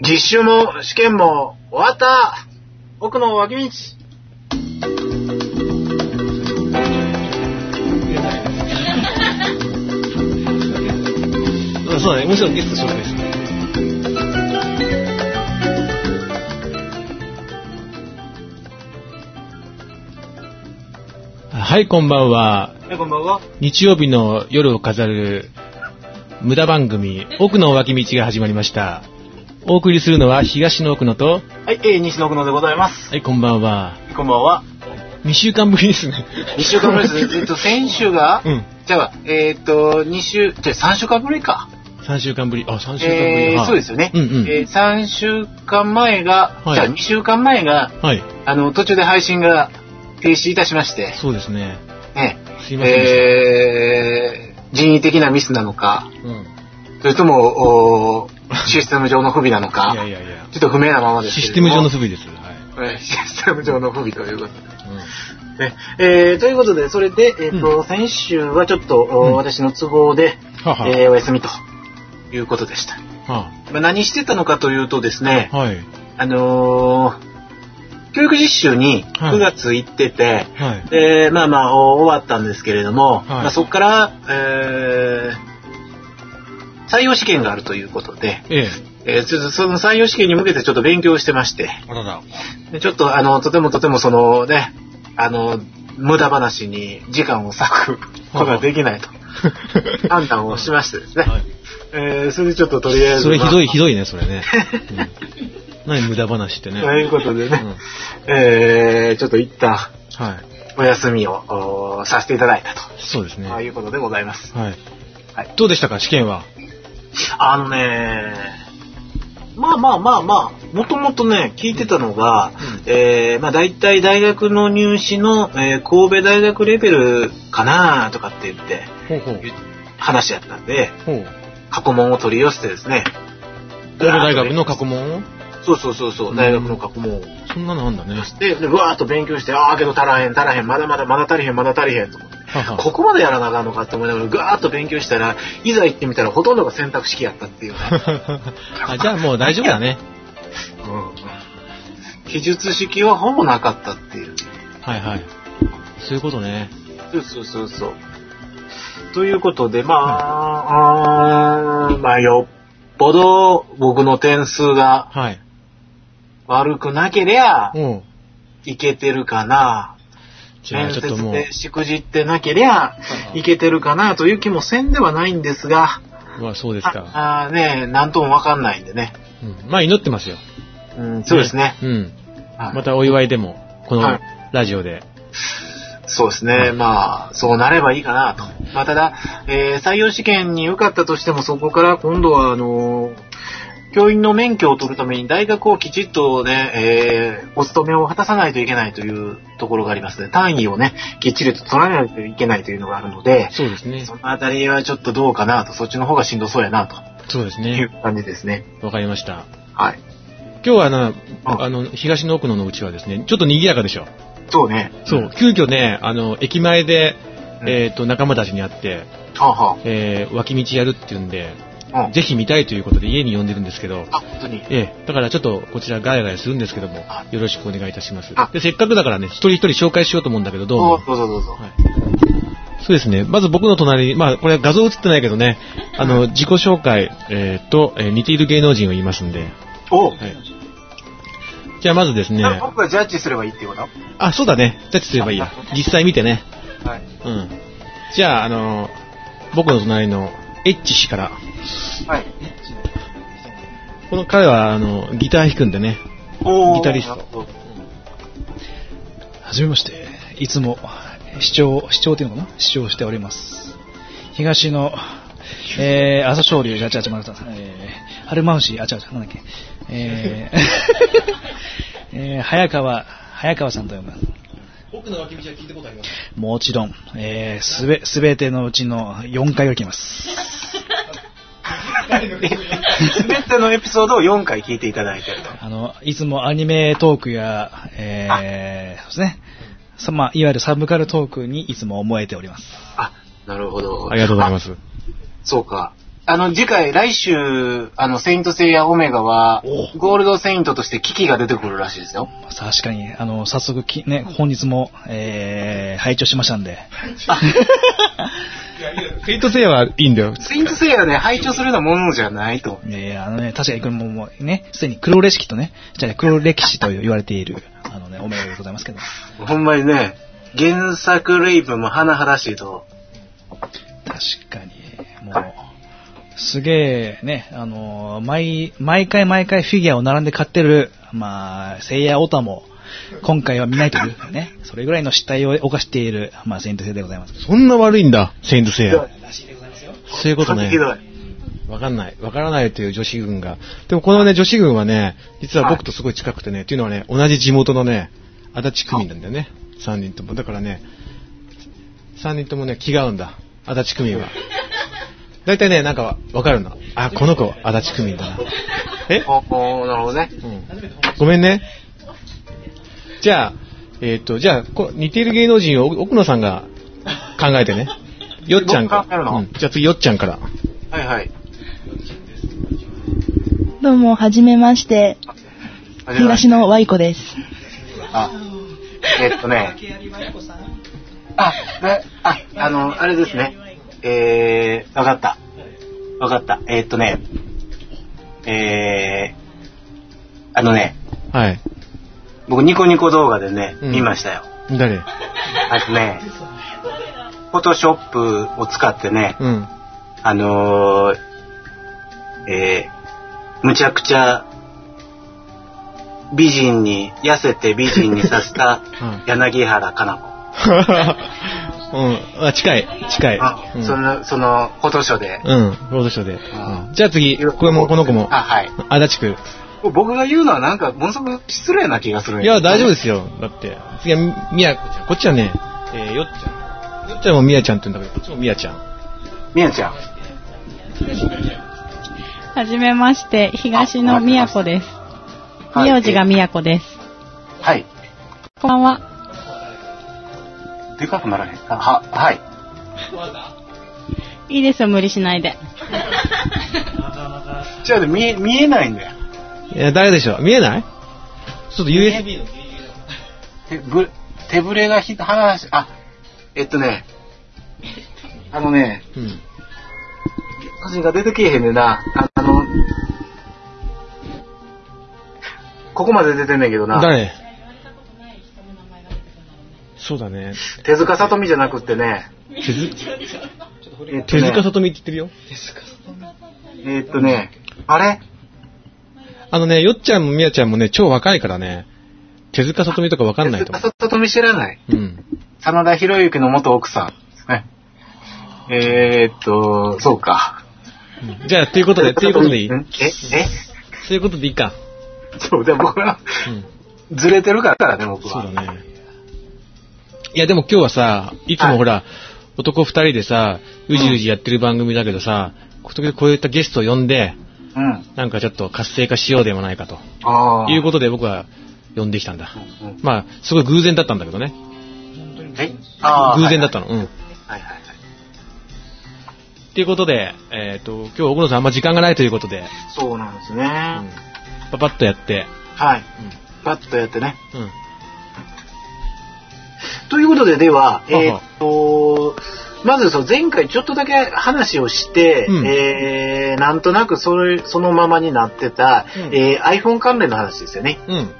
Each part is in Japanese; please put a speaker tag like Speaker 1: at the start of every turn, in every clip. Speaker 1: 実習も試験も終わった
Speaker 2: 奥の脇道
Speaker 3: あそうだね、むしろゲスト紹介して。はい、こんばんは。
Speaker 2: えこんばんは
Speaker 3: 日曜日の夜を飾る無駄番組、奥の脇道が始まりました。お送りするのは東の奥野と、
Speaker 1: はい、えー、西野奥野でございます。
Speaker 3: はい、こんばんは。
Speaker 1: こんばんは。
Speaker 3: 2週間ぶりですね。
Speaker 1: 2週間ぶりで す。えっと、先週が、
Speaker 3: うん、
Speaker 1: じゃあ、えーっと、2週、じゃあ3週間ぶりか。
Speaker 3: 3週間ぶり。あ、3週間ぶり。
Speaker 1: えー、
Speaker 3: はい
Speaker 1: そうですよね。
Speaker 3: うんうん
Speaker 1: えー、3週間前が、
Speaker 3: はい
Speaker 1: じゃあ2週間前が、
Speaker 3: はい、
Speaker 1: あの、途中で配信が停止いたしまして、
Speaker 3: そうですね。
Speaker 1: ね、
Speaker 3: すいませんでし
Speaker 1: えー、人為的なミスなのか、
Speaker 3: た。うん。
Speaker 1: それとも、お ーシステム上の不備なのか、
Speaker 3: いやいやいや。
Speaker 1: ちょっと不明なままですけ
Speaker 3: シ
Speaker 1: れど
Speaker 3: ステ
Speaker 1: も。
Speaker 3: ム上の不備です。はい。
Speaker 1: えーシステム上の不備ということで。
Speaker 3: うん
Speaker 1: ねえーということで、それで、えーと先週はちょっと、お
Speaker 3: うん
Speaker 1: 私の都合で、
Speaker 3: はは。
Speaker 1: えーお休みということでした。
Speaker 3: は
Speaker 1: まあ、何してたのかというとですね、
Speaker 3: あはい。
Speaker 1: あのー教育実習に
Speaker 3: はい
Speaker 1: 9月行ってて、
Speaker 3: はい。
Speaker 1: でまあまあお終わったんですけれども、
Speaker 3: い
Speaker 1: まあ、そこから、えー採用試験があるということで、
Speaker 3: ええ。
Speaker 1: えーちょっとその採用試験に向けてちょっと勉強してまして、
Speaker 3: あらら。
Speaker 1: でちょっとあの、とてもとてもそのね、あの、無駄話に時間を割くことができないと判断をしましてですね。
Speaker 3: はい
Speaker 1: えーそれでちょっととりあえず。
Speaker 3: それひどいひ
Speaker 1: い。
Speaker 3: どいね、それね。うん何無駄話ってね。
Speaker 1: ということで
Speaker 3: う
Speaker 1: ね、
Speaker 3: ん
Speaker 1: えーちょっと一旦
Speaker 3: はい。
Speaker 1: お休みをおさせていただいたと。
Speaker 3: そうですね。
Speaker 1: ああ
Speaker 3: はいい。
Speaker 1: うことでございます。はい
Speaker 3: どうでしたか、試験は。
Speaker 1: あのね、まあまあまあまあ、もともとね、聞いてたのが、えー、まあ大体大学の入試の、えー神戸大学レベルかなとかって言って、
Speaker 3: ほうほう
Speaker 1: 話やったんで、
Speaker 3: ほう。
Speaker 1: 過去問を取り寄せてですね。
Speaker 3: 神戸大学の過去問
Speaker 1: そうそうそうそうう、
Speaker 3: ん
Speaker 1: 大学の過去問を。
Speaker 3: そんなのあんだね。
Speaker 1: で、でうわーっと勉強して、ああ、けど足らへん、足らへん、まだまだ、まだ足りへん、まだ足りへんと思って。
Speaker 3: はは
Speaker 1: ここまでやらなあかんのかって思いながら、ぐわーっと勉強したら、いざ行ってみたら、ほとんどが選択式やったっていうね。
Speaker 3: あじゃあもう大丈夫だね。
Speaker 1: うん記述式はほぼなかったっていう。
Speaker 3: はいはい。そういうことね。
Speaker 1: そうそうそうそう。ということで、まあ、あーまあ、よっぽど僕の点数が
Speaker 3: はい。
Speaker 1: 悪くなけりゃ、
Speaker 3: うん。
Speaker 1: いけてるかな。
Speaker 3: じゃあ
Speaker 1: 面
Speaker 3: ちょっ
Speaker 1: 接
Speaker 3: ともう。
Speaker 1: でしくじってなけりゃ
Speaker 3: はい
Speaker 1: いけてるかなという気もせんではないんですが、
Speaker 3: うわ、そうですか。
Speaker 1: ああーねえ、なんともわかんないんでね。
Speaker 3: うんまあ祈ってますよ。
Speaker 1: うん、そうですね。
Speaker 3: うん。
Speaker 1: はい
Speaker 3: またお祝いでも、こ
Speaker 1: は
Speaker 3: の
Speaker 1: い
Speaker 3: ラジオで。
Speaker 1: そうですね。まあ、そうなればいいかなと。まあ、ただ、えー採用試験に受かったとしても、そこから今度は、あのー教員の免許を取るために大学をきちっとね、えーお勤めを果たさないといけないというところがありますね。単位をね、きっちりと取らないといけないというのがあるので、
Speaker 3: そうですね
Speaker 1: そ。のあたりはちょっとどうかなと、そっちの方がしんどそうやなと
Speaker 3: そうです
Speaker 1: いう
Speaker 3: ね。
Speaker 1: 感じですね。
Speaker 3: わかりました。
Speaker 1: はい。
Speaker 3: 今日はな、
Speaker 1: あ
Speaker 3: あの、東の奥野のうちはですね、ちょっと賑やかでしょ。
Speaker 1: そうね。
Speaker 3: そう、急遽ね、あの、駅前で、
Speaker 1: うん
Speaker 3: えっと、仲間たちに会って、
Speaker 1: はあは
Speaker 3: えー脇道やるっていうんで、
Speaker 1: あ。うん。
Speaker 3: ぜひ見たいということで家に呼んでるんですけど、
Speaker 1: あ、本当に。
Speaker 3: ええ、だからちょっとこちらガヤガヤするんですけども
Speaker 1: あ、
Speaker 3: よろしくお願いいたします
Speaker 1: あ。
Speaker 3: で、せっかくだからね、一人一人紹介しようと思うんだけど、どう
Speaker 1: ど
Speaker 3: も
Speaker 1: う。ぞどうぞ。
Speaker 3: そうですね。まず僕の隣に、まあ、これ画像映ってないけどね、あの、自己紹介、えー、と、えー似ている芸能人を言いますんで。
Speaker 1: おう
Speaker 3: はい。じゃあまずですね、
Speaker 1: なんか僕がジャッジすればいいっていうこと
Speaker 3: あ、そうだね。ジャッジすればいいや。実際見てね。
Speaker 1: はい。
Speaker 3: うん。じゃあ、あの、僕の隣のエッチ氏から。
Speaker 1: はい。
Speaker 3: この彼は、あの、ギター弾くんでね。
Speaker 1: おー
Speaker 3: ギタリスト
Speaker 1: なるほ ど
Speaker 4: はじめまして。いつも、視聴、視聴っていうのかな視聴しております。東の、えー、朝青龍、あちゃあちゃまるた、えー、春マウシ、あちゃあちゃ、なんだっけ、えー、 えー、早川、早川さんと呼ぶ。
Speaker 3: 僕の脇道は聞いたことあります。
Speaker 4: もちろん、えー、すべ、すべてのうちの4回が来ます。
Speaker 1: 全てのエピソードを4回聞いていただいてると。
Speaker 4: あの、いつもアニメトークや、えー、そうですね。さまあ、いわゆるサブカルトークにいつも思えております。
Speaker 1: あ、なるほど。。
Speaker 3: ありがとうございますす。
Speaker 1: そうか。あの、次回、来週、あの、セイントセイヤオメガは
Speaker 4: お、
Speaker 1: ゴールドセイントとしてキキが出てくるらしいですよ。
Speaker 4: 確かに、あの、早速き、ね、本日も、えー、拝聴しましたんで。
Speaker 3: フェイトセイヤはいいんだよ。
Speaker 1: セイントセイヤはね、拝聴するようなものじゃないと。
Speaker 4: えー、あのね、確かにこれもう、もうね、すでに黒歴史とね、じゃあね、黒歴史と言われている、あのね、おめでとうございますけど。
Speaker 1: ほんまにね、原作レイブも甚だしいと。
Speaker 4: 確かに、もう、すげえね、あのー、毎、毎回毎回フィギュアを並んで買ってる、まあ、聖夜オタも、今回は見ないというね、それぐらいの失態を犯している、まあ、セイントセイでございます。
Speaker 3: そんな悪いんだ、セイントセイヤ。
Speaker 1: ひ
Speaker 4: らしいでございますよ。
Speaker 3: そういうことね
Speaker 1: ひ。どい。
Speaker 3: わかんない。わからないという女子軍が。でもこのね、女子軍はね、実は僕とすごい近くてね、っていうのはね、同じ地元のね、足立区民なんだよね。3人とも。だからね、3人ともね、気が合うんだ。足立区民は。大体ね、なんかわかるの。あ、この子、足立区民だな。え
Speaker 1: おおなるほどね。
Speaker 3: うんごめんね。じゃあ、えっ、と、じゃあこ、似ている芸能人を奥野さんが考えてね。よっちゃんか
Speaker 1: 僕考え
Speaker 3: ら。
Speaker 1: るの
Speaker 3: うんじゃあ次、よっちゃんから。
Speaker 1: はいはい。
Speaker 2: どうも、はじめまして。東のワイコです。
Speaker 1: あ、えっとね。あ、なあ、あの、あれですね。えー、わかった。わかった。えっとね、えー、あのね、
Speaker 3: はい。
Speaker 1: 僕ニコニコ動画でね、
Speaker 3: うん
Speaker 1: 見ましたよ。
Speaker 3: 誰
Speaker 1: あとね、フォトショップを使ってね、
Speaker 3: うん。
Speaker 1: あのー、えー、むちゃくちゃ美人に、痩せて美人にさせた
Speaker 3: うん
Speaker 1: 柳原かな子。
Speaker 3: うん。あ、近い、近い。
Speaker 1: あ
Speaker 3: うん、
Speaker 1: その、その、フォトショーで。
Speaker 3: うん、ロードショーで。
Speaker 1: あ
Speaker 3: うんじゃあ次、これも、この子も、
Speaker 1: あ、はい。
Speaker 3: 足立区。
Speaker 1: 僕が言うのはなんか、ものすごく失礼な気がするん。
Speaker 3: いや、大丈夫ですすよ。だって、次は、みみやこちゃん。こっちはね、えー、よっちゃん。よっちゃんもみやちゃんって言うんだけど、こっちもみやちゃん。
Speaker 1: みやちゃん。
Speaker 2: はじめまして、東の宮子です。
Speaker 1: はい
Speaker 2: 名字が宮子です。
Speaker 1: はい。
Speaker 2: こんばんは。
Speaker 1: でかくならへん。あは、はい。
Speaker 2: いいですよ、無理しな いで。
Speaker 1: じゃあ、見え、見えないんだよ。
Speaker 3: いや、誰でしょう見えないちょっと USB の。
Speaker 1: 手ぶ、手ぶれがひ、話し、あ、えっとね、あのね、
Speaker 3: うん。
Speaker 1: 個人が出てけえへんねんな。ああの、ここまで出てんねんけどな。
Speaker 3: 誰そうだね。
Speaker 1: 手塚さとみじゃなくってね、
Speaker 3: 手ず
Speaker 1: えっと
Speaker 3: 手塚
Speaker 1: ね
Speaker 3: さ、とみって言ってるよ。
Speaker 1: えっとね、あれ
Speaker 3: あのね、よっちゃんもみやちゃんもね、超若いからね、手塚さとみとかわかんない
Speaker 1: 手
Speaker 3: と
Speaker 1: 塚
Speaker 3: 思う。
Speaker 1: さとみ知らない
Speaker 3: うん。
Speaker 1: 真田広之の元奥さんですね。えー、っと、そうか。
Speaker 3: うんじゃあ、ということで、ということでいい
Speaker 1: んええ
Speaker 3: ということでいいか。
Speaker 1: そう、でも僕は、
Speaker 3: うん。
Speaker 1: ずれてるからね、僕
Speaker 3: そ
Speaker 1: は。
Speaker 3: うだね。いや、でも今日はさ、いつもほら、男二人でさ、うじうじやってる番組だけどさ、時々こういったゲストを呼んで、
Speaker 1: うん。
Speaker 3: なんかちょっと活性化しようではないかと。
Speaker 1: ああ。
Speaker 3: いうことで僕は呼んできたんだ。
Speaker 1: うんうん
Speaker 3: まあ、すごい偶然だったんだけどね。
Speaker 1: えああ。
Speaker 3: 偶然だった
Speaker 1: の。
Speaker 3: の。うん。
Speaker 1: はいはいはい。
Speaker 3: っていうことで、えっ、と、今日奥野さんあんま時間がないということで、
Speaker 1: そうなんです
Speaker 3: うん
Speaker 1: ね。
Speaker 3: パパッとやって、
Speaker 1: はい。パッとやってね。
Speaker 3: うん。うん。
Speaker 1: ということで、では、
Speaker 3: はは
Speaker 1: えーっと、まずそう前回ちょっとだけ話をして、
Speaker 3: うん
Speaker 1: えーなんとなくそれそのままになってた、
Speaker 3: うん
Speaker 1: えー iPhone 関連の話ですよね。
Speaker 3: うん。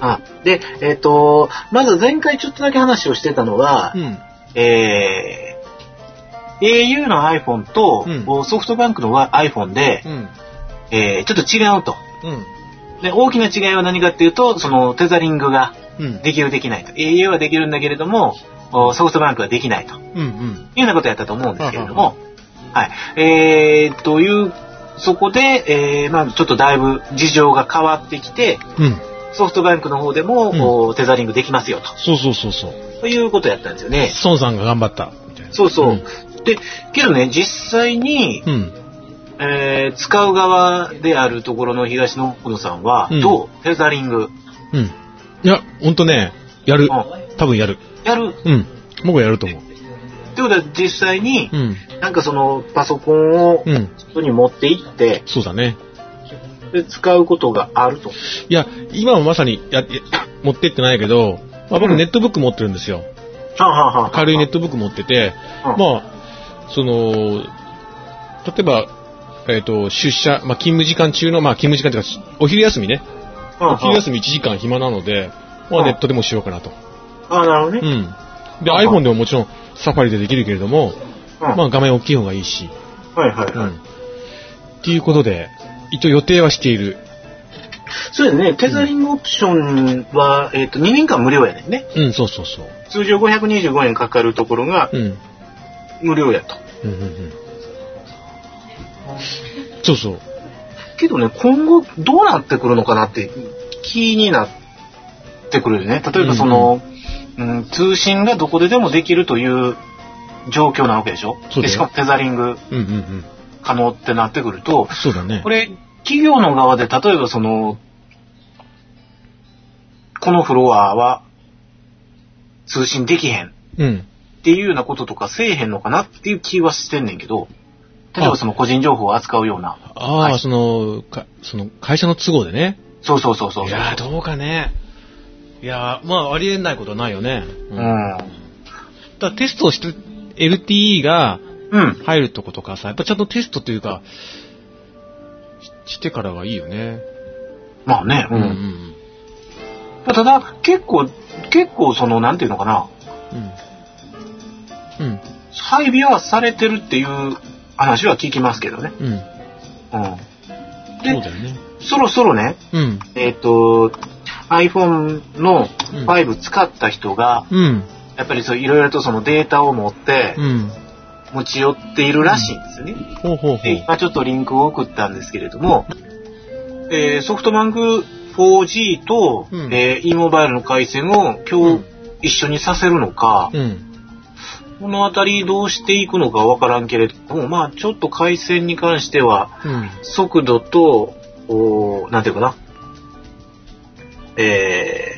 Speaker 1: あで、えーっと、まず前回ちょっとだけ話をしてたのは、
Speaker 3: うん。
Speaker 1: えー au の iPhone と、
Speaker 3: うん
Speaker 1: こうソフトバンクの iPhone で、
Speaker 3: うん。
Speaker 1: えーちょっと違うと。
Speaker 3: うん。
Speaker 1: で大きな違いは何かっていうと、そのテザリングが
Speaker 3: うん。
Speaker 1: できるできないと。au はできるんだけれども、おソフトバンクはできないと。
Speaker 3: うん。う
Speaker 1: い
Speaker 3: ん。
Speaker 1: うようなことやったと思うんですけれども、はい。えー、という、そこで、えー、まあちょっとだいぶ事情が変わってきて、
Speaker 3: うん。
Speaker 1: ソフトバンクの方でも、
Speaker 3: うん
Speaker 1: こうテザリングできますよ
Speaker 3: そうそうそうそう。
Speaker 1: と、ということやったんですよね。
Speaker 3: 孫さんが頑張った。みたいな。
Speaker 1: そうそう。
Speaker 3: うん
Speaker 1: で、けどね、実際に、
Speaker 3: うん。
Speaker 1: えー使う側であるところの東野小野さんは、
Speaker 3: うん
Speaker 1: どうテザリング
Speaker 3: うん。いや、ほんとね、やる
Speaker 1: う。ん
Speaker 3: 多分やる。
Speaker 1: やる
Speaker 3: うん。僕はやると思
Speaker 1: っ
Speaker 3: う。
Speaker 1: てことは実際に、
Speaker 3: うん。
Speaker 1: なんかそのパソコンを
Speaker 3: うん。
Speaker 1: 外に持って行って、
Speaker 3: そうだね。
Speaker 1: で使うことがあると。
Speaker 3: いや、今はまさにや、や持ってってないけど、まあ、
Speaker 1: う
Speaker 3: 僕
Speaker 1: ん
Speaker 3: ネットブック持ってるんですよ。
Speaker 1: はあはあはあ
Speaker 3: 軽いネットブック持ってて、
Speaker 1: うん
Speaker 3: まあ、その、例えば、えっ、と、出社、まあ、勤務時間中の、まあ、勤務時間というか、お昼休みね。
Speaker 1: うんうん
Speaker 3: お昼休み1時間暇なので、ま
Speaker 1: う
Speaker 3: あ、
Speaker 1: ん
Speaker 3: ネットでもしようかなと。
Speaker 1: ああ、なるほど
Speaker 3: う
Speaker 1: ね。
Speaker 3: ん。で、
Speaker 1: うん
Speaker 3: iPhone でももちろん、サファリでできるけれども、
Speaker 1: うん
Speaker 3: まあ、画面大きい方がいいし、
Speaker 1: はいはい、
Speaker 3: う
Speaker 1: はい
Speaker 3: ん。っていうことで、一応予定はしている。
Speaker 1: そうですね、テザリングオプションは、えっ、と、2年間無料やねんね。
Speaker 3: うん、そうそうそう。
Speaker 1: 通常525円かかるところが
Speaker 3: うん。
Speaker 1: 無料やと。
Speaker 3: うんうんうん。そうそう。
Speaker 1: けどね、今後どうなってくるのかなって気になってくるよね。例えばその、うん通信がどこででもできるという状況なわけでしょ
Speaker 3: そうだよ
Speaker 1: でしかもテザリング
Speaker 3: うんうんうん。
Speaker 1: 可能ってなってくると、
Speaker 3: そうだね
Speaker 1: こ。れ企業の側で例えばその、このフロアは通信できへん
Speaker 3: うん。
Speaker 1: っていうようなこととかせえへんのかなっていう気はしてんねんけど、例えばその個人情報を扱うような。
Speaker 3: ああ、
Speaker 1: はい
Speaker 3: その、か、その会社の都合でね。
Speaker 1: そうそうそうそうそう。
Speaker 3: いやー、どうかね。いやー、まあ、ありえないことはないよね。う
Speaker 1: う
Speaker 3: だか
Speaker 1: ん。
Speaker 3: らテストをして、LTE が
Speaker 1: うん。
Speaker 3: 入るとことかさ、やっぱちゃんとテストというか、ししてからがいいよね。
Speaker 1: まあね、う。
Speaker 3: うんん
Speaker 1: ただ、結構、結構その、なんていうのかな、
Speaker 3: うん。うん。
Speaker 1: 配備はされてるっていう話は聞きますけどね。
Speaker 3: うん。うん。
Speaker 1: うん。で
Speaker 3: そうだよね。
Speaker 1: そろそろね、
Speaker 3: うん。
Speaker 1: えっ、と、iPhone の
Speaker 3: うん
Speaker 1: 5使った人が、
Speaker 3: うん。
Speaker 1: やっぱりそういろいろとそのデータを持って
Speaker 3: うん。
Speaker 1: 持ち寄っているらしいんですよね。
Speaker 3: ほうほうほ
Speaker 1: で、
Speaker 3: う。
Speaker 1: 今ちょっとリンクを送ったんですけれども、えーソフトバンク 4G と、
Speaker 3: うん
Speaker 1: えー e モバイルの回線を
Speaker 3: う
Speaker 1: 今日
Speaker 3: ん
Speaker 1: 一緒にさせるのか、
Speaker 3: うん。
Speaker 1: このあたりどうしていくのかわからんけれども、まあちょっと回線に関しては、
Speaker 3: うん。
Speaker 1: 速度と、おーなんていうかな、え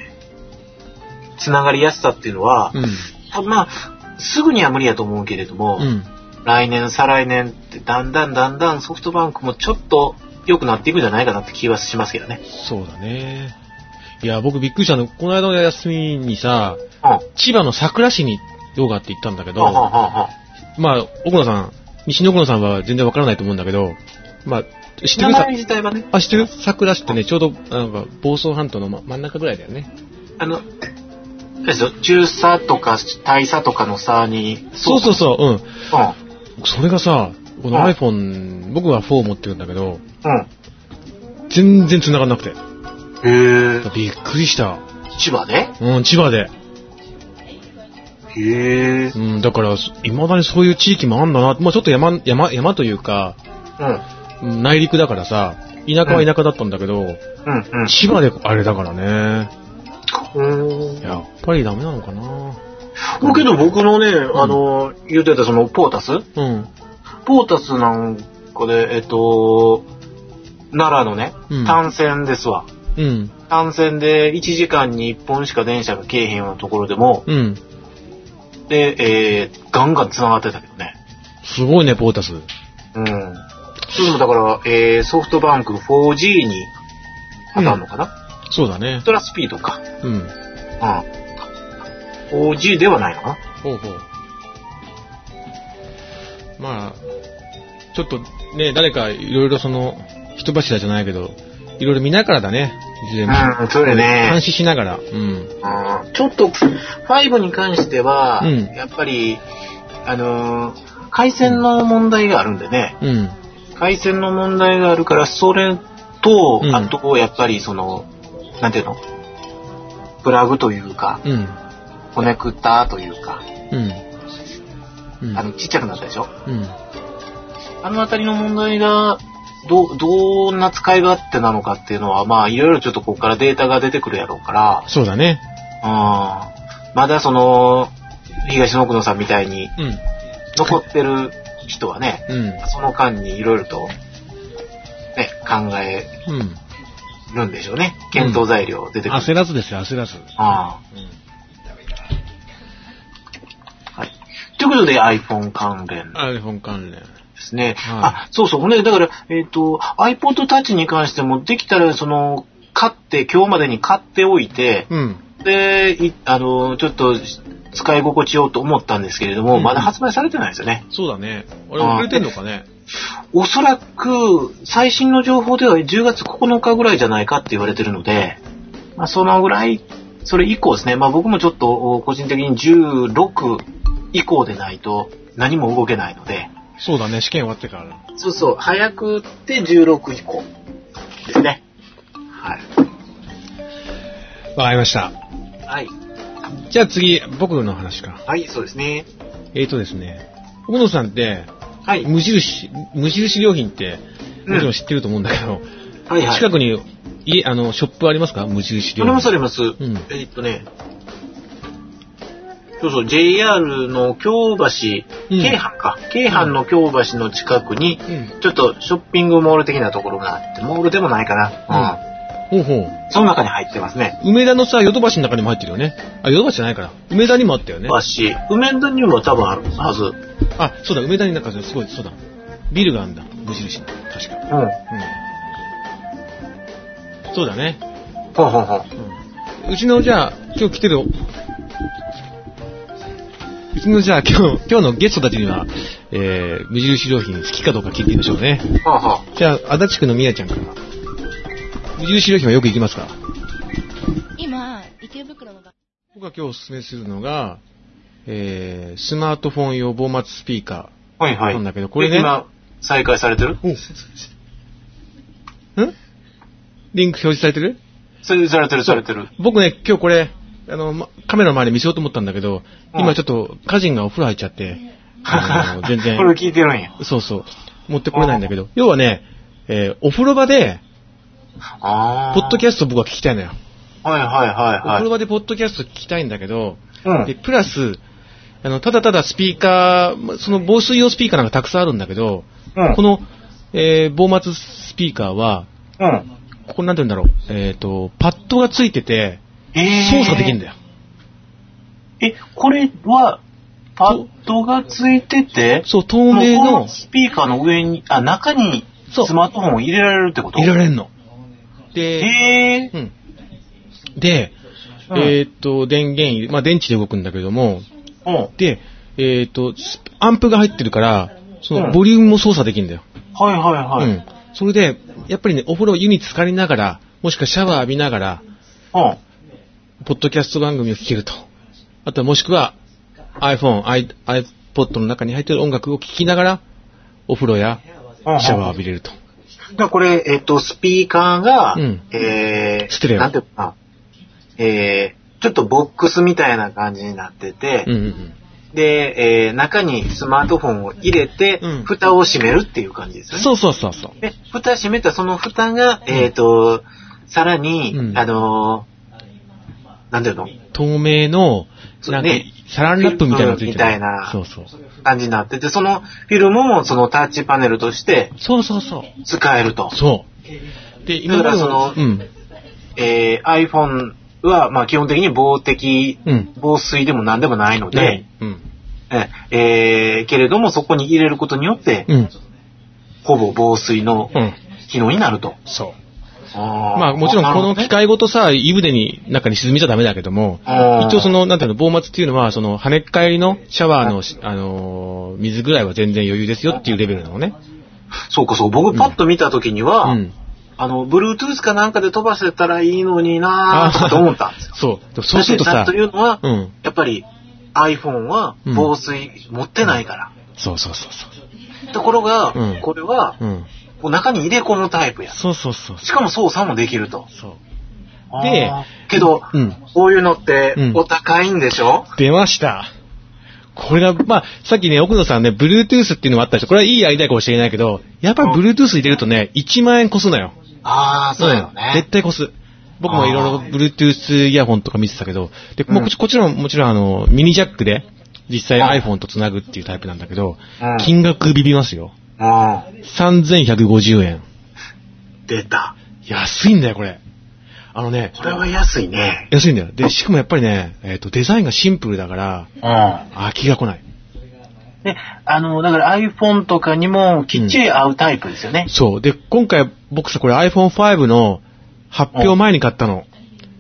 Speaker 1: ー、つながりやすさっていうのは、
Speaker 3: うん。
Speaker 1: たまあ、すぐには無理やと思うけれども、
Speaker 3: うん。
Speaker 1: 来年、再来年って、だんだんだんだんソフトバンクもちょっと良くなっていくんじゃないかなって気はしますけどね。
Speaker 3: そうだね。いや、僕びっくりしたの。この間の休みにさ、
Speaker 1: うん。
Speaker 3: 千葉の桜市に用があって行ったんだけ
Speaker 1: はあは
Speaker 3: ど、
Speaker 1: あはあは
Speaker 3: まあ、奥野さん、西野奥野さんは全然わからないと思うんだけど、まあ、知って
Speaker 1: 名
Speaker 3: るさ
Speaker 1: 前、自体はね、
Speaker 3: あ、知ってる桜市ってね、ちょうど、なんか、房総半島の真真ん中ぐらいだよね。
Speaker 1: あの、あれですよ中佐とか大佐とかの差に、
Speaker 3: そうそうそう、うん。
Speaker 1: う。
Speaker 3: それがさ、この
Speaker 1: うん
Speaker 3: iPhone、僕は4持ってるんだけど、
Speaker 1: うん。うん。
Speaker 3: 全然繋がんなくて。
Speaker 1: へえ。
Speaker 3: びっくりした。
Speaker 1: 千葉で
Speaker 3: うん、千葉で。
Speaker 1: へえ。
Speaker 3: うん、だから、いまだにそういう地域もあんだな。まあちょっと山、山、山というか、
Speaker 1: うん。
Speaker 3: うん内陸だからさ、田舎は田舎だったんだけど、
Speaker 1: うん
Speaker 3: 千葉であれだからね。
Speaker 1: うん。うん。
Speaker 3: やっぱりダメなのかな
Speaker 1: だけど僕のね、あの、言ってたその、ポータス
Speaker 3: うん。
Speaker 1: ポータスなんかで、えっと、奈良のね
Speaker 3: うん、
Speaker 1: 単線ですわ。
Speaker 3: うん。
Speaker 1: 単線で1時間に1本しか電車がけえへんようなところでも、
Speaker 3: うん。
Speaker 1: で、えー、ガンガン繋がってたけどね。
Speaker 3: すごいね、ポータス。
Speaker 1: うん。それもだから、えー、ソフトバンク 4G に当たるのかな、
Speaker 3: そうだね
Speaker 1: ウル。トラスピードか。
Speaker 3: うん。
Speaker 1: うん。4G ではないのか
Speaker 3: ほうほう。まあ、ちょっとね、誰かいろいろその、人柱じゃないけど、いろいろ見ながらだね。いずれも。
Speaker 1: なうん、それ
Speaker 3: 監
Speaker 1: ね。
Speaker 3: 視しながら。うん。
Speaker 1: うん、ちょっと、5に関しては、
Speaker 3: うん
Speaker 1: やっぱり、あのー回線の問題があるんでね。
Speaker 3: うん。
Speaker 1: 回線の問題があるから、それと、
Speaker 3: うん
Speaker 1: あと、やっぱりその、なんていうのプラグというか、
Speaker 3: うん。
Speaker 1: コネクタというか、
Speaker 3: うん。うん。
Speaker 1: あの、ちっちゃくなったでしょ
Speaker 3: うん。
Speaker 1: あのあたりの問題が、ど、どんな使い勝手なのかっていうのは、まあ、いろいろちょっとここからデータが出てくるやろうから、
Speaker 3: そうだね。
Speaker 1: うん。まだその、東野奥野さんみたいに
Speaker 3: うん。
Speaker 1: 残ってる人はね、
Speaker 3: うん。
Speaker 1: その間にいろいろと、ね、考え
Speaker 3: うん。
Speaker 1: るんでしょうね。検討材料出てくる。
Speaker 3: 焦らずですよ、焦らず。
Speaker 1: ああ。
Speaker 3: うん
Speaker 1: ということで iPhone 関連
Speaker 3: iPhone 関連。
Speaker 1: ですね。
Speaker 3: はい
Speaker 1: あ、そうそう。ほんで、だから、えっ、と、iPod Touch に関しても、できたら、その、買って、今日までに買っておいて、
Speaker 3: うん。
Speaker 1: で、いあの、ちょっと、使い心地ようと思ったんですけれども、
Speaker 3: うん
Speaker 1: まだ発売されてないですよね。
Speaker 3: そうだね。あれ遅れてんのかね。
Speaker 1: おそらく、最新の情報では10月9日ぐらいじゃないかって言われてるので、まあ、そのぐらい、それ以降ですね。まあ僕もちょっと、お個人的に16以降でないと、何も動けないので、
Speaker 3: そうだね。試験終わってから。
Speaker 1: そうそう、早くって16以降ですね。はい。
Speaker 3: わかりました。
Speaker 1: はい。
Speaker 3: じゃあ次、僕の話か。
Speaker 1: はい、そうですね。
Speaker 3: えーとですね。奥野さんって、
Speaker 1: はい。
Speaker 3: 無印、無印良品って、
Speaker 1: うん
Speaker 3: もちろん知ってると思うんだけど、
Speaker 1: はいはい。
Speaker 3: 近くに、家、あの、ショップありますか無印
Speaker 1: あ
Speaker 3: 良
Speaker 1: りま
Speaker 3: 品。
Speaker 1: すあります。
Speaker 3: ん
Speaker 1: えーっとね、そうそう、JR の京橋、
Speaker 3: うん
Speaker 1: 京阪か。京阪の京橋の近くに、
Speaker 3: うん。
Speaker 1: ちょっとショッピングモール的なところがあって、モールでもないかな。うん。
Speaker 3: ほうほう。
Speaker 1: その中に入ってますね。
Speaker 3: 梅田のさ、ヨドバシの中にも入ってるよね。あ、ヨドバシじゃないから。梅田にもあったよね。
Speaker 1: 橋、梅田にも多分あるはず。
Speaker 3: あ、そうだ、梅田になんかすごい、そうだ。ビルがあんだ。無印の。確か。
Speaker 1: うん。
Speaker 3: うん。そうだね。
Speaker 1: ほんほんほん。
Speaker 3: うちのじゃあ、今日来てる、うちのじゃあ今日、今日のゲストたちには、えー、無印良品好きかどうか聞いてみましょうね。
Speaker 1: ほんほん。
Speaker 3: じゃあ、足立区のみやちゃんから。無印良品はよく行きますか
Speaker 2: 今、池袋の学
Speaker 3: 僕が今日おすすめするのが、えー、スマートフォン用防末スピーカ
Speaker 1: はいはい。
Speaker 3: なんだけどこれね
Speaker 1: で今、再開されてる
Speaker 3: ー。んリンク表示されてる
Speaker 1: それされてる、されてる。
Speaker 3: 僕ね、今日これ、あの、まカメラの前で見せようと思ったんだけど、
Speaker 1: うん
Speaker 3: 今ちょっと、家人がお風呂入っちゃって、あの 全 然
Speaker 1: これ聞いてるんや。
Speaker 3: そうそう、持ってこれないんだけど、要はね、えーお風呂場で、
Speaker 1: あ
Speaker 3: ポッドキ
Speaker 1: ャ
Speaker 3: ャスト僕は聞きたいのよ。
Speaker 1: はいはい
Speaker 3: お風
Speaker 1: はい
Speaker 3: 呂
Speaker 1: はい。
Speaker 3: 場でポッドキャスト聞きたいんだけど、
Speaker 1: うん
Speaker 3: で、プラス、あの、ただただスピーカーま、その防水用スピーカーなんかたくさんあるんだけど、
Speaker 1: うん
Speaker 3: この、えー防末スピーカーは、
Speaker 1: うん。
Speaker 3: ここなんて言うんだろう、えっ、と、パッドがついてて、
Speaker 1: えー
Speaker 3: 操作できるんだよ。
Speaker 1: え、これは、パッドがついてて、
Speaker 3: そう、透明
Speaker 1: こ
Speaker 3: の、
Speaker 1: スピーカーの上に、あ、中に
Speaker 3: そう
Speaker 1: スマートフォンを入れられるってこと
Speaker 3: 入れられんの。で、
Speaker 1: えー
Speaker 3: うん。で、
Speaker 1: うん
Speaker 3: えーっと、電源入れ、まあ電池で動くんだけども、
Speaker 1: うん。
Speaker 3: で、えーっと、スアンプが入ってるから、そ
Speaker 1: うん
Speaker 3: のボリュームも操作できるんだよ。
Speaker 1: はいは
Speaker 3: う
Speaker 1: いはい。うん
Speaker 3: ん。それで、やっぱりね、お風呂湯に浸かりながら、もしくはシャワー浴びながら、ポッドキャスト番組を聴けると。あとはもしくは iPhone、i、iPod の中に入ってる音楽を聴きながら、お風呂や
Speaker 1: うん。
Speaker 3: シャワー浴びれると。
Speaker 1: だからこれ、えっと、スピーカーが、
Speaker 3: うん
Speaker 1: えー、
Speaker 3: ステレオ
Speaker 1: なんていうのかな、えー、ちょっとボックスみたいな感じになってて、
Speaker 3: うんうんうん。
Speaker 1: で、えー、中にスマートフォンを入れて、
Speaker 3: うん
Speaker 1: 蓋を閉めるっていう感じですよね。
Speaker 3: そうそうそうそう。
Speaker 1: で、蓋閉めたその蓋が、えっ、と、さらに、
Speaker 3: うん
Speaker 1: あのー、なんていうの
Speaker 3: 透明の、
Speaker 1: そう
Speaker 3: なんか
Speaker 1: ね、
Speaker 3: サランラップみたいなのついてる
Speaker 1: フィルムみたいな
Speaker 3: そうそう。
Speaker 1: 感じになってて、そのフィルムもそのタッチパネルとして
Speaker 3: そうそうそう。
Speaker 1: 使えると。
Speaker 3: そう。で、今まで
Speaker 1: だから
Speaker 3: の、
Speaker 1: その
Speaker 3: うん。
Speaker 1: えー、iPhone は、まあ基本的に防滴、
Speaker 3: うん。
Speaker 1: 防水でも何でもないので、
Speaker 3: うん。
Speaker 1: ええーけれどもそこに入れることによって、
Speaker 3: うん。
Speaker 1: ほぼ防水の
Speaker 3: うん。
Speaker 1: 機能になると。
Speaker 3: そう。
Speaker 1: あー
Speaker 3: まあもちろんこの機、
Speaker 1: なる
Speaker 3: 械ごとさ、湯船に、中に沈みちゃダメだけども、
Speaker 1: ほどね
Speaker 3: 一応そ、の、なんていうの、防末っていうのは、その、跳ねっ返りのシャワーの、あのー、水ぐらいは全然余裕ですよっていうレベルなのね。
Speaker 1: あーそうかそう、僕パッと見た時には、
Speaker 3: うん。
Speaker 1: あの、Bluetooth かなんかで飛ばせたらいいのになーと思ったんですよ。
Speaker 3: そう。でもそうすると
Speaker 1: な
Speaker 3: さ
Speaker 1: ぜか、というのは、
Speaker 3: うん。
Speaker 1: やっぱり iPhone は
Speaker 3: うん
Speaker 1: 防水持ってないから。
Speaker 3: そうそうそうそ
Speaker 1: ところが、
Speaker 3: うん
Speaker 1: これは、
Speaker 3: う。うん。
Speaker 1: こう中に入れ込むタイプや。
Speaker 3: そうそうそう。
Speaker 1: しかも操作もできると。
Speaker 3: そう。で
Speaker 1: あー、けど、
Speaker 3: うん。
Speaker 1: こういうのって
Speaker 3: うん
Speaker 1: お高いんでしょ、
Speaker 3: 出ました。これが、まあ、さっきね、奥野さんね、Bluetooth っていうのもあったでしょ。これはいいアイデアかもしれないけど、やっぱり Bluetooth 入れるとね、1万円越すのよ。
Speaker 1: ああ、そうやろ
Speaker 3: ん
Speaker 1: ね
Speaker 3: 絶。対越す。僕もいろいろ Bluetooth イヤホンとか見てたけど、で、もう
Speaker 1: うん
Speaker 3: こちらも、もちろんあの、ミニジャックで、実際
Speaker 1: はい
Speaker 3: iPhone と繋ぐっていうタイプなんだけど、
Speaker 1: うん
Speaker 3: 金額ビビますよ。
Speaker 1: うん。
Speaker 3: 3150円。
Speaker 1: 出た。
Speaker 3: 安いんだよ、これ。あのね、
Speaker 1: これは安いね。
Speaker 3: 安いんだよ。で、しかもやっぱりね、えっ、と、デザインがシンプルだから、
Speaker 1: うん。
Speaker 3: 飽きが来ない。
Speaker 1: ね、あの、だから iPhone とかにもきっちり合うタイプですよね。
Speaker 3: そう。で、今回僕さ、これ iPhone5 の発表前に買ったの。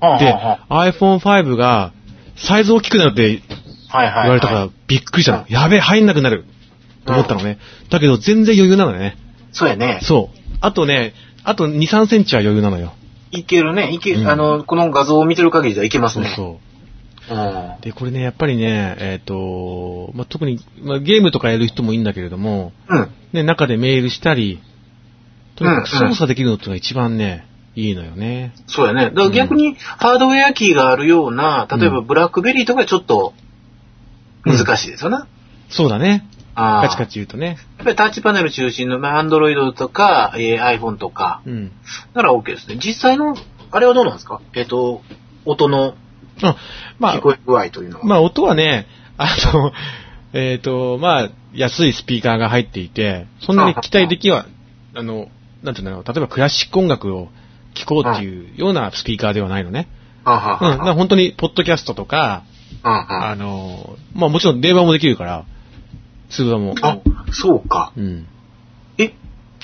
Speaker 1: はあ
Speaker 3: で
Speaker 1: は、
Speaker 3: iPhone5 がサイズ大きくなるって
Speaker 1: あはいはい。
Speaker 3: 言われたからびっくりしたの。やべえ、入んなくなる。と思ったのね。だけど全然余裕なのね。
Speaker 1: そうやね。
Speaker 3: そう。あとね、あと2、3センチは余裕なのよ。
Speaker 1: いけるね。いけ、
Speaker 3: うん
Speaker 1: あの、この画像を見てる限りではいけます
Speaker 3: そう
Speaker 1: ね。
Speaker 3: そう。
Speaker 1: うん
Speaker 3: で、これね、やっぱりね、えっ、と、まあ、特に、まあ、ゲームとかやる人もいいんだけれども、
Speaker 1: うん。
Speaker 3: ね、中でメールしたり、とにかく
Speaker 1: うんうん
Speaker 3: 操作できるのってのが一番ね、いいのよね。
Speaker 1: そうやね。だから逆に、ハードウェアキーがあるような、例えば
Speaker 3: うん
Speaker 1: ブラックベリーとかちょっと、難しいですよな。
Speaker 3: そうだね。
Speaker 1: ああ
Speaker 3: カチカチ言うとね。
Speaker 1: やっぱりタッチパネル中心の、まあ、アンドロイドとか、えー iPhone とか、
Speaker 3: うん。
Speaker 1: なら OK ですね。実際の、あれはどうなんですかえっ、と、音の
Speaker 3: あま
Speaker 1: 聞
Speaker 3: あ、
Speaker 1: こえ具合というのは。
Speaker 3: まあ、音はね、あの、 えっ、と、まあ、安いスピーカーが入っていて、そんなに期待できは、あの、なんていうんだろう、例えばクラシック音楽を聴こうっていうようなスピーカーではないのね。
Speaker 1: あ
Speaker 3: うん。だ
Speaker 1: は
Speaker 3: か
Speaker 1: は
Speaker 3: ら本当に、ポッドキャストとか、
Speaker 1: あ
Speaker 3: あの、まあもちろん電話もできるから、通話も。
Speaker 1: あ、そうか。
Speaker 3: うん。
Speaker 1: え、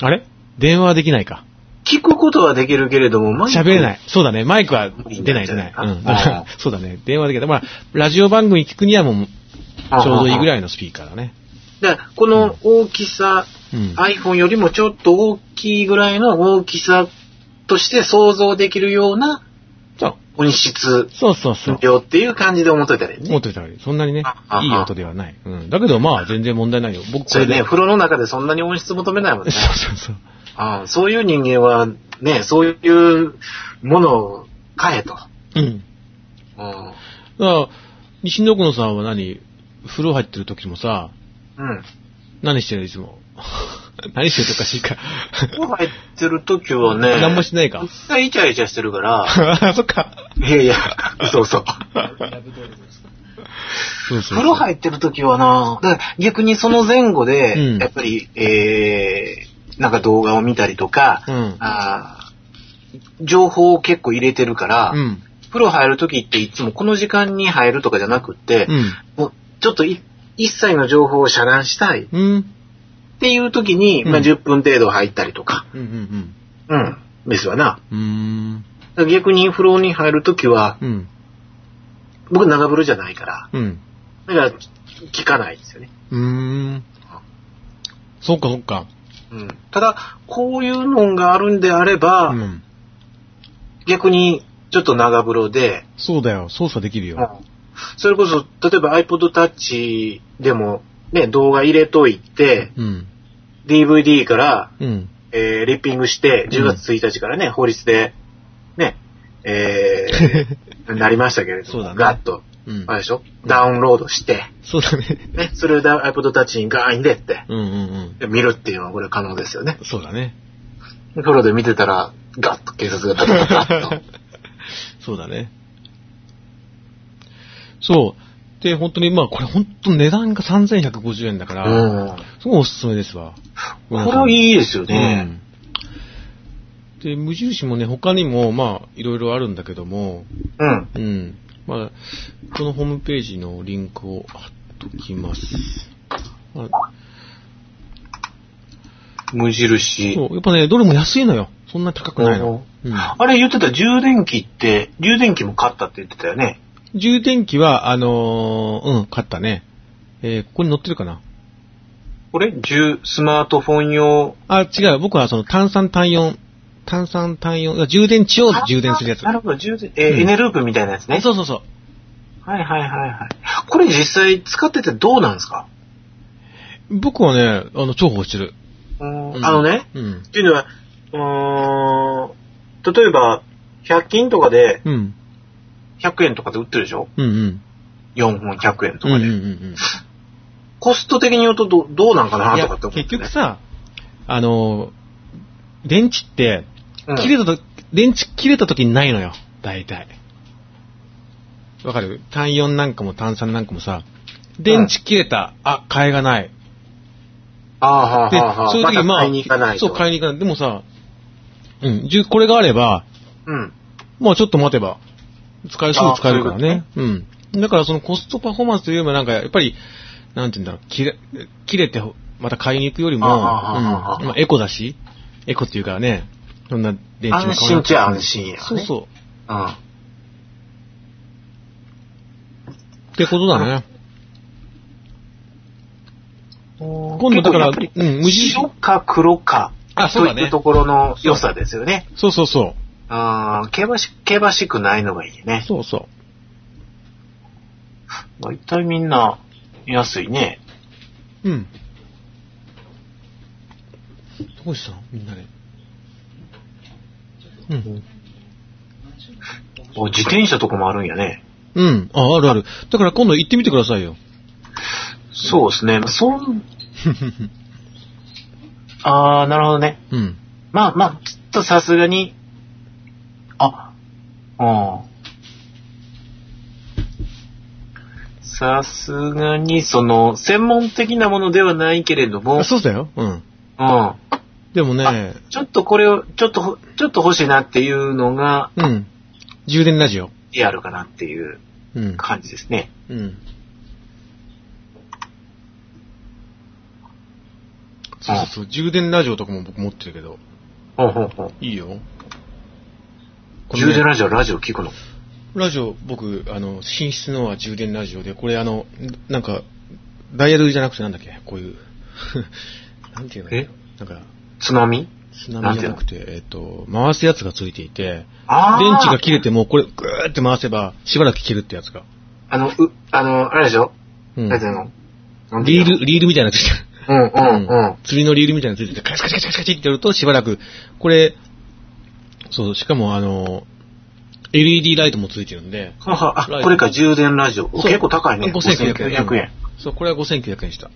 Speaker 3: あれ電話はできないか。
Speaker 1: 聞くことはできるけれども、マイク
Speaker 3: 喋れない。そうだね。マイクは出ない、出ない。
Speaker 1: あ
Speaker 3: うん。だから
Speaker 1: あ
Speaker 3: そうだね。電話できない。まあ、ラジオ番組聞くにはもう、ち
Speaker 1: あ
Speaker 3: ょうどいいぐ
Speaker 1: い。
Speaker 3: らいのスピーカーだね。
Speaker 1: だからこの大きさ、
Speaker 3: うん。
Speaker 1: iPhone よりもちょっと大きいぐらいの大きさとして想像できるような
Speaker 3: そう
Speaker 1: 音質
Speaker 3: そうそうそう。
Speaker 1: 量っていう感じで思っといたらいいね。
Speaker 3: 持っといたらいいそんなにね
Speaker 1: ああ、
Speaker 3: いい音ではない。うん。だけどまあ、全然問題ないよ。僕
Speaker 1: そ
Speaker 3: これ
Speaker 1: れ
Speaker 3: で。
Speaker 1: ね、風呂の中でそんなに音質求めないもん
Speaker 3: そう
Speaker 1: ね。
Speaker 3: そうそう。
Speaker 1: ああそういう人間は、ね、そういうものを買えと。
Speaker 3: うん。
Speaker 1: うん。
Speaker 3: だから、西野野さんは何風呂入ってる時もさ、
Speaker 1: うん。
Speaker 3: 何してるいつも。 何してるとおかしいか。
Speaker 1: 風呂入ってる時はね、
Speaker 3: 何もしてないか。
Speaker 1: 一回イチャイチャしてるから、
Speaker 3: あ そっか。
Speaker 1: いやいや、そうそう。
Speaker 3: そうそう
Speaker 1: 風呂入ってる時はな、だから逆にその前後で、
Speaker 3: うん
Speaker 1: やっぱり、えー、なんか動画を見たりとか、
Speaker 3: うん
Speaker 1: あー情報を結構入れてるから、
Speaker 3: うん。
Speaker 1: 風呂入る時っていつもこの時間に入るとかじゃなくって、
Speaker 3: うん。
Speaker 1: もうちょっとい一切の情報を遮断したいっ
Speaker 3: うん。
Speaker 1: ていう時に、
Speaker 3: うん
Speaker 1: まあ、10分程度入ったりとか、
Speaker 3: うん。うん。
Speaker 1: うん、ですわな。
Speaker 3: うん。
Speaker 1: だから逆に風呂に入る時は、
Speaker 3: うん。
Speaker 1: 僕長風呂じゃないから、
Speaker 3: うん。
Speaker 1: だから聞かないですよね。
Speaker 3: うん。そうか、そうか。
Speaker 1: うん、ただ、こういうのがあるんであれば、
Speaker 3: うん。
Speaker 1: 逆にちょっと長風呂で、
Speaker 3: そうだよ。操作できるよ。
Speaker 1: それこそ、例えば iPod Touch でも、ね、動画入れといて、
Speaker 3: うん。
Speaker 1: DVD から、
Speaker 3: うん。
Speaker 1: えーリッピングして、10月1日からね、法律で、ね、えー なりましたけれども、
Speaker 3: そうだね
Speaker 1: ガッと、
Speaker 3: うん
Speaker 1: あ。れでしょ、ダウンロードして、
Speaker 3: そうだね。
Speaker 1: ね、それをダ iPod Touch にガーン入れて、
Speaker 3: うんうん
Speaker 1: で見るっていうのはこれ可能ですよね
Speaker 3: う。ん。そうだね。
Speaker 1: 風呂で見てたら、ガッと警察がガッとガ ッと。
Speaker 3: そうだね。そう。で、本当に、まあ、これ本当値段が3150円だから、
Speaker 1: うん。
Speaker 3: すごいおすすめですわ。
Speaker 1: これはいいですよね。
Speaker 3: うんで、無印もね、他にも、まあ、いろいろあるんだけども、
Speaker 1: うん。
Speaker 3: うん。まあ、このホームページのリンクを貼っときます。まあ
Speaker 1: 無印。
Speaker 3: そう、やっぱね、どれも安いのよ。そんな高くないの。うん
Speaker 1: あれ言ってた充電器って、充電器も買ったって言ってたよね。
Speaker 3: 充電器は、あのーうん、買ったね。えーここに載ってるかな。
Speaker 1: これ充、スマートフォン用。
Speaker 3: あ、違う。僕はその炭酸単4、炭酸単4、充電池を充電するやつ。
Speaker 1: なるほど、充電、えー
Speaker 3: うん
Speaker 1: エネループみたいなやつね。
Speaker 3: そうそうそう。
Speaker 1: はいはいはいはい。これ実際使っててどうなんですか
Speaker 3: 僕はね、あの、重宝してる。
Speaker 1: うーん
Speaker 3: うん
Speaker 1: あのね、
Speaker 3: うん。
Speaker 1: っていうのは、うーん、例えば、100均とかで
Speaker 3: うん。
Speaker 1: 100円とかで売ってるでしょ
Speaker 3: うんうん。
Speaker 1: ?4 本100円とか
Speaker 3: うんうんう
Speaker 1: で。
Speaker 3: ん
Speaker 1: コスト的に言うとどどうなんか
Speaker 3: う。
Speaker 1: なん
Speaker 3: い
Speaker 1: と
Speaker 3: や
Speaker 1: かって思って、ね。
Speaker 3: 結局さ、あのー、電池って、
Speaker 1: うん、
Speaker 3: 切れたと、電池切れた時にないのよ。大体。わかる単4なんかも単3なんかもさ、電池切れた、あ、買いがない。
Speaker 1: ああ、は
Speaker 3: で、
Speaker 1: あ、はあ、はあ。
Speaker 3: そういう時
Speaker 1: ま
Speaker 3: ま
Speaker 1: た
Speaker 3: あ、
Speaker 1: 買いに行かないと。
Speaker 3: そう、買いに行かない。でもさ、うん、じゅこれがあれば、
Speaker 1: うん。
Speaker 3: まあちょっと待てば、使える、すぐ使えるからね。うん。だからそのコストパフォーマンスというよりもなんか、やっぱり、なんて言うんだろう、切れ、切れてほ、また買いに行くよりも、うん
Speaker 1: あああ
Speaker 3: まあ、エコだし、エコっていうかね、そんな電池も
Speaker 1: 安心っちゃ安心やね。
Speaker 3: そうそう。
Speaker 1: うん。
Speaker 3: ってことだね。
Speaker 1: 今
Speaker 3: 度だからうん無
Speaker 1: 無
Speaker 3: 印
Speaker 1: 白か黒か。
Speaker 3: あそうだね
Speaker 1: といところの良さですよね。
Speaker 3: そうそうそう。
Speaker 1: ああ、競馬し、競馬しくないのがいいね。
Speaker 3: そうそ
Speaker 1: 大体みんな安いね。
Speaker 3: う。うん。どうしたのみんなで。うん。
Speaker 1: お自転車とかもあるんやね。
Speaker 3: うん。あ、あるある。だから今度行ってみてくださいよ。
Speaker 1: そうですね。そう、ああ、なるほどね。
Speaker 3: うん。
Speaker 1: まあまあ、ちょっとさすがに、あ、うん。さすがに、その、専門的なものではないけれども、う
Speaker 3: あ
Speaker 1: ん。
Speaker 3: そうだよ。う
Speaker 1: ち
Speaker 3: ん。でもね、
Speaker 1: ょっとこれを、ちょっとほ、ちょっと欲しいなっていうのが、
Speaker 3: うん。充電ラジオ。
Speaker 1: リアルかなっていう
Speaker 3: うん。
Speaker 1: 感じですね。
Speaker 3: うん。そうそうそう。充電ラジオとかも僕持ってるけど。
Speaker 1: ほうほうほう。
Speaker 3: いいよ。この
Speaker 1: 充
Speaker 3: ね
Speaker 1: 電ラジオ、ラジオ聞くの。
Speaker 3: ラジオ、僕、あの、寝室のは充電ラジオで、これあの、なんか、ダイヤルじゃなくてなんだっけこう いう、なんていうの
Speaker 1: え
Speaker 3: なんか、
Speaker 1: つまみ
Speaker 3: 津波じゃなくて、えっと、回すやつがついていて、
Speaker 1: ああ。
Speaker 3: 電池が切れても、これ、ぐーって回せば、しばらく切るってやつが。
Speaker 1: あの、う、あの、あれでしょ
Speaker 3: うん。
Speaker 1: なんていうのなんてい
Speaker 3: リ
Speaker 1: うの
Speaker 3: ール、リールみたいなのついてる。
Speaker 1: うんうんうん。
Speaker 3: 釣りのリールみたいなのついてて、カチカチカチカチカチってやると、しばらく、これ、そう、しかもあの、LED ライトもついてるんで、
Speaker 1: ははあ、
Speaker 3: ライト
Speaker 1: これか、充電ラジオ。
Speaker 3: そう
Speaker 1: 結構高いね。
Speaker 3: 5900
Speaker 1: 5900円。
Speaker 3: そう、これは5900円した。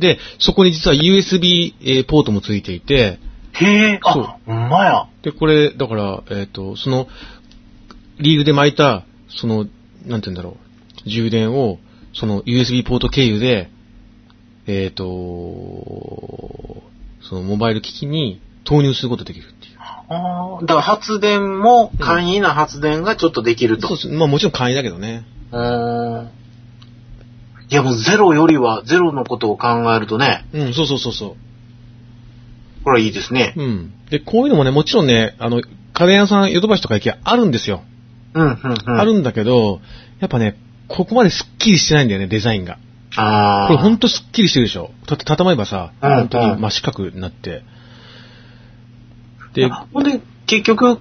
Speaker 3: で、そこに実は USB、えーポートもついていて、
Speaker 1: へえ、
Speaker 3: そ
Speaker 1: あ、ほんまや。
Speaker 3: で、これ、だから、えっ、と、その、リールで巻いた、その、なんて言うんだろう、充電を、その USB ポート経由で、えっ、と、そのモバイル機器に投入することができるっていう。
Speaker 1: あーだから発電も、簡易な発電がちょっとできると。
Speaker 3: そうです。まあもちろん簡易だけどね。
Speaker 1: うーんいやもうゼロよりは、ゼロのことを考えるとね、
Speaker 3: うん、そうそうそうそ
Speaker 1: これはいいですね
Speaker 3: う。。うん。で、こういうのもね、もちろんね、あの、家電屋さん、ヨドバシとか行きゃあるんですよ。
Speaker 1: うん、うん、うん。
Speaker 3: あるんだけど、やっぱね、ここまですっきりしてないんだよね、デザインが。
Speaker 1: あ
Speaker 3: こ
Speaker 1: ー
Speaker 3: れほんとすっきりしてるでしょ。た、畳めばさ、
Speaker 1: うん
Speaker 3: 本当
Speaker 1: う
Speaker 3: に
Speaker 1: ん
Speaker 3: 真四角になって。で、
Speaker 1: ほんで、結局、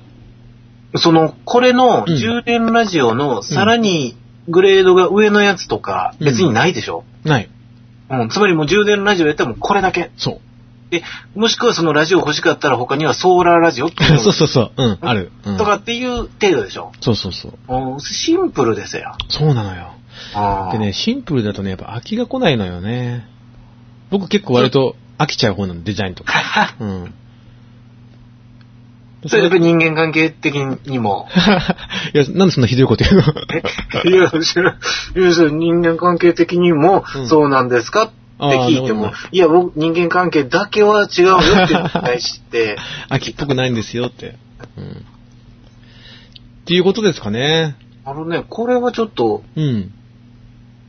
Speaker 1: その、これの充電ラジオのさらにグレードが上のやつとか、
Speaker 3: うん
Speaker 1: 別にないでしょ、
Speaker 3: ない。
Speaker 1: うん、つまりもう充電ラジオやったらもうこれだけ。
Speaker 3: そう。
Speaker 1: で、もしくはそのラジオ欲しかったら他にはソーラーラジオっていうの
Speaker 3: そうそうそう。うん、ある。うん
Speaker 1: と。かっていう程度でしょ、
Speaker 3: そうそうそう。
Speaker 1: うんシンプルですよ。
Speaker 3: そうなのよ。でね、シンプルだとね、やっぱ飽きが来ないのよね。僕結構割と飽きちゃう方なの、デザインとか。うん。
Speaker 1: それやっぱり人間関係的にも。
Speaker 3: いや、なんでそんなひどいこと言うの
Speaker 1: いや、知らんいやそれ人間関係的にも
Speaker 3: うん
Speaker 1: そうなんですか、って聞いて
Speaker 3: あーなるほど
Speaker 1: も
Speaker 3: ね、
Speaker 1: いや、僕、人間関係だけは違うよって対 して、
Speaker 3: 飽きっぽくないんですよって。うん。っていうことですかね。
Speaker 1: あのね、これはちょっと、
Speaker 3: うん。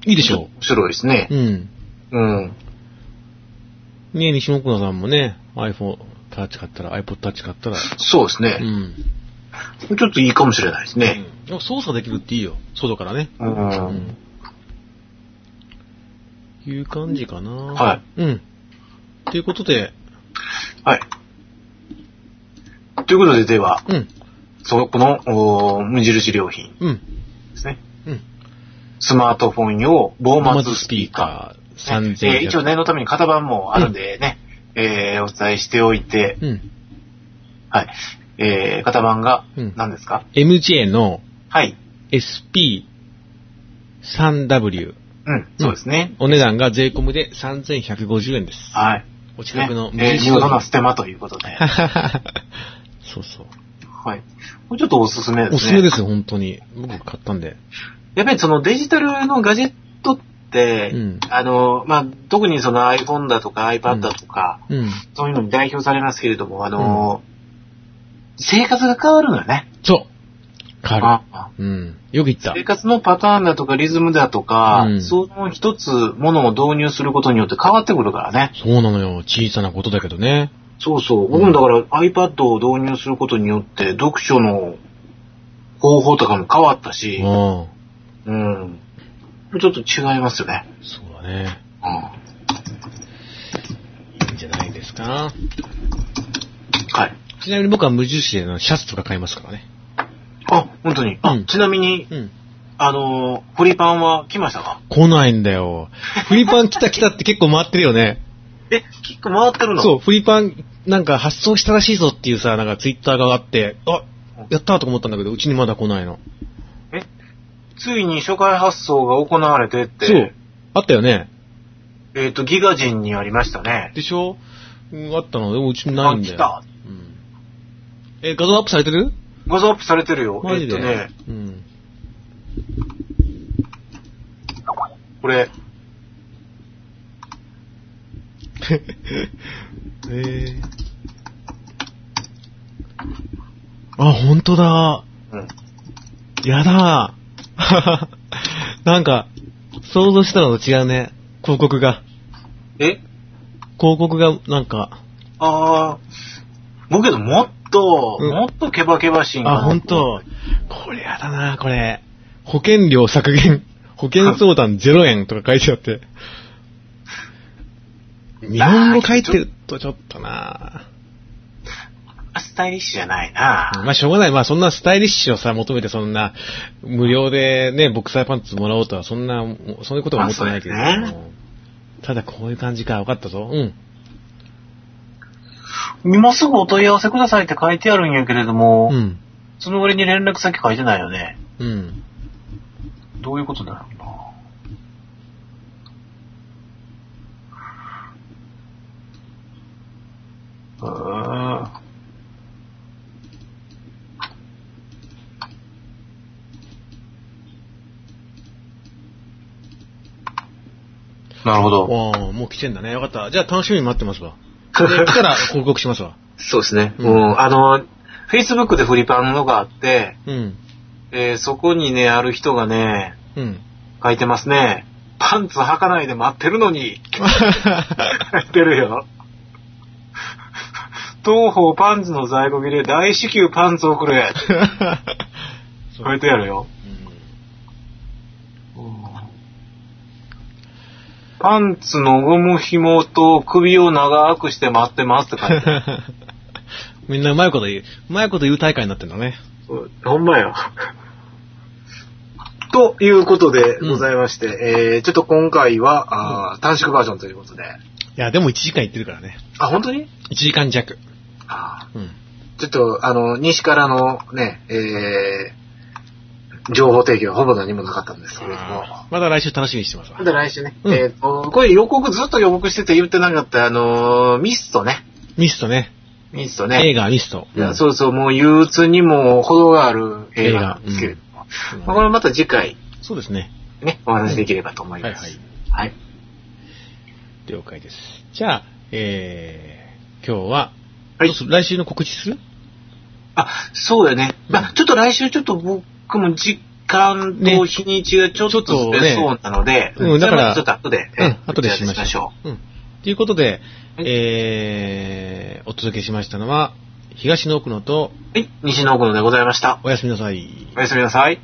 Speaker 3: いいでしょ
Speaker 1: 面白いですね
Speaker 3: う。。うん。
Speaker 1: うん。
Speaker 3: ねえ、西本さんもね、iPhone Touch 買ったら、iPod Touch 買ったら、
Speaker 1: そうです
Speaker 3: う
Speaker 1: ね。
Speaker 3: ん。
Speaker 1: ちょっといいかもしれないですね。
Speaker 3: うん操作できるっていいよ。外からね。
Speaker 1: う。
Speaker 3: うんん。いう感じかな。。
Speaker 1: はい
Speaker 3: うん。ということで、
Speaker 1: はい。ということで、では、
Speaker 3: うん、
Speaker 1: そこのおー無印良品
Speaker 3: うん、
Speaker 1: ですね。
Speaker 3: うん。
Speaker 1: スマートフォン用防
Speaker 3: マ
Speaker 1: 末スピーカー。
Speaker 3: ー3000
Speaker 1: えー一応念のために型番もあるんでね、えーお伝えしておいて、
Speaker 3: うん。
Speaker 1: はい。えー型番が
Speaker 3: うん
Speaker 1: 何ですか、
Speaker 3: MJ の
Speaker 1: はい。
Speaker 3: SP3W。
Speaker 1: うん、そうですね。
Speaker 3: お値段が税込みで3150円です。
Speaker 1: はい。
Speaker 3: お近くの無
Speaker 1: ねえー、
Speaker 3: 印
Speaker 1: 見
Speaker 3: 良
Speaker 1: 事
Speaker 3: 品
Speaker 1: な。ステマということで。は
Speaker 3: そうそう。
Speaker 1: い。これちょっとおすすめですね。
Speaker 3: おすすめですよ、本当に。僕買ったんで。
Speaker 1: やっぱりそのデジタルのガジェットって、
Speaker 3: うん
Speaker 1: あの、まあ、特にその iPhone だとか iPad だとか、
Speaker 3: うん。
Speaker 1: そういうのに代表されますけれども、あの、生活が変わるのよね。
Speaker 3: そう。変わ
Speaker 1: ああ
Speaker 3: うん。よく言った
Speaker 1: 生。活のパターンだとかリズムだとか、
Speaker 3: うん
Speaker 1: その一つものを導入することによって変わってくるからね。
Speaker 3: そうなのよ。小さなことだけどね。
Speaker 1: そうそう。僕もだから iPad を導入することによって読書の方法とかも変わった
Speaker 3: う
Speaker 1: し
Speaker 3: ん。、そ
Speaker 1: うん。ちょっと違いますよね。
Speaker 3: うだね。
Speaker 1: うん。
Speaker 3: いいんじゃないですか。
Speaker 1: はい。
Speaker 3: ちなみに僕は無印でのシャツとか買いますからね。
Speaker 1: あ、本当に。あ、
Speaker 3: うん
Speaker 1: ちなみに、
Speaker 3: うん。
Speaker 1: あのー、フリパンは来ましたか
Speaker 3: 来ないんだよ。フリパン来た来たって結構回ってるよね。
Speaker 1: え、キック回ってるの
Speaker 3: そう、フリパン、なんか発送したらしいぞっていうさ、なんかツイッターがあって、あやったーと思ったんだけど、うちにまだ来ないの。
Speaker 1: ついに初回発送が行われてって、
Speaker 3: そう。あったよね。
Speaker 1: えっ、と、ギガ人にありましたね。
Speaker 3: でしょうん、あったの。でもうちにないんだよ。
Speaker 1: あ来
Speaker 3: うん。え、画像アップされてる
Speaker 1: 画像アップされてるよ。
Speaker 3: マジで、
Speaker 1: えっ、とね、
Speaker 3: うん。
Speaker 1: これ、
Speaker 3: えー。あ、ほんとだ。
Speaker 1: うん。
Speaker 3: やだ ー。なんか、想像したのと違うね。広告が。
Speaker 1: え
Speaker 3: 広告が、なんか、
Speaker 1: あー、僕けどもっと、
Speaker 3: うん
Speaker 1: もっとケバケバしいんかな
Speaker 3: あ、ほんと。これやだな、これ。保険料 削減、保険相談0円とか書いてあって。日本語書いてるとちょっとな
Speaker 1: スタイリッシュじゃないな。
Speaker 3: まあしょうがない。まあそんなスタイリッシュをさ、求めてそんな、無料でね、ボクサーパンツもらおうとは、そんな、そういうことは思ってないけれども
Speaker 1: まあそうだよ
Speaker 3: ただこういう感じか、わかったぞ。うん。
Speaker 1: 今すぐお問い合わせくださいって書いてあるんやけれども、
Speaker 3: うん。
Speaker 1: その割に連絡先書いてないよね。
Speaker 3: うん。
Speaker 1: どういうことだろうな。うーんなるほど。
Speaker 3: ああ、もう来てんだね。よかった。じゃあ楽しみに待ってますわ。それ来たら報告しますわ。
Speaker 1: そうですね。
Speaker 3: うん
Speaker 1: もう、あの、Facebook でフリパンのがあって、
Speaker 3: うん。
Speaker 1: えーそこにね、ある人がね、
Speaker 3: うん。
Speaker 1: 書いてますね。パンツ履かないで待ってるの に、書いてるよ。当方パンツの在庫切れ、大至急パンツをくれ。
Speaker 3: そう
Speaker 1: 書いてあるよ。
Speaker 3: う
Speaker 1: パンツのゴム紐と首を長くして待ってますって書いてある。
Speaker 3: ん みんなうまいこと言う、うまいこと言う大会になってんだね。
Speaker 1: そうほんまよ。ということでございまして、えー、ちょっと今回は、あー短縮バージョンということで。
Speaker 3: いや、でも1時間言ってるからね。
Speaker 1: あ、本当に
Speaker 3: 1時間弱。
Speaker 1: あ
Speaker 3: うん。
Speaker 1: ーちょっと、あの、西からのね、えー、情報提供はほぼ何もなかったんですけれども。
Speaker 3: まだ来週楽しみにしてますわ
Speaker 1: ま。だ来週ね。
Speaker 3: うん
Speaker 1: えっ、と、これ予告、ずっと予告してて言ってなかった、あのーミストね。
Speaker 3: ミストね。
Speaker 1: ミスト
Speaker 3: 映
Speaker 1: ね。
Speaker 3: 画ミスト。
Speaker 1: いやそうそう、もう憂鬱にも程がある映画なんですけれども。
Speaker 3: うん
Speaker 1: まあこれまた次回、
Speaker 3: そうですね。
Speaker 1: ね、お話しできればと思います。
Speaker 3: はいはい
Speaker 1: はい。
Speaker 3: 了解です。じゃあ、えー、今日は、
Speaker 1: はい
Speaker 3: どうする来週の告知する
Speaker 1: あ、そうだね。ま
Speaker 3: う
Speaker 1: あ、
Speaker 3: ん
Speaker 1: ちょっと来週ちょっと僕も時間と
Speaker 3: ね
Speaker 1: 日にちがちょっと
Speaker 3: ちょっと
Speaker 1: ず
Speaker 3: ね
Speaker 1: れそうなので、
Speaker 3: うん
Speaker 1: じゃあ
Speaker 3: だから
Speaker 1: まあちょっと後で、
Speaker 3: う
Speaker 1: え
Speaker 3: ん、後で
Speaker 1: 打
Speaker 3: し
Speaker 1: ち合わせ
Speaker 3: ましょう。うん。ということで、
Speaker 1: はい
Speaker 3: えー、お届けしましたのは、東の奥野と
Speaker 1: はい、西の奥野でございました。
Speaker 3: おやすみなさい。
Speaker 1: おやすみなさい。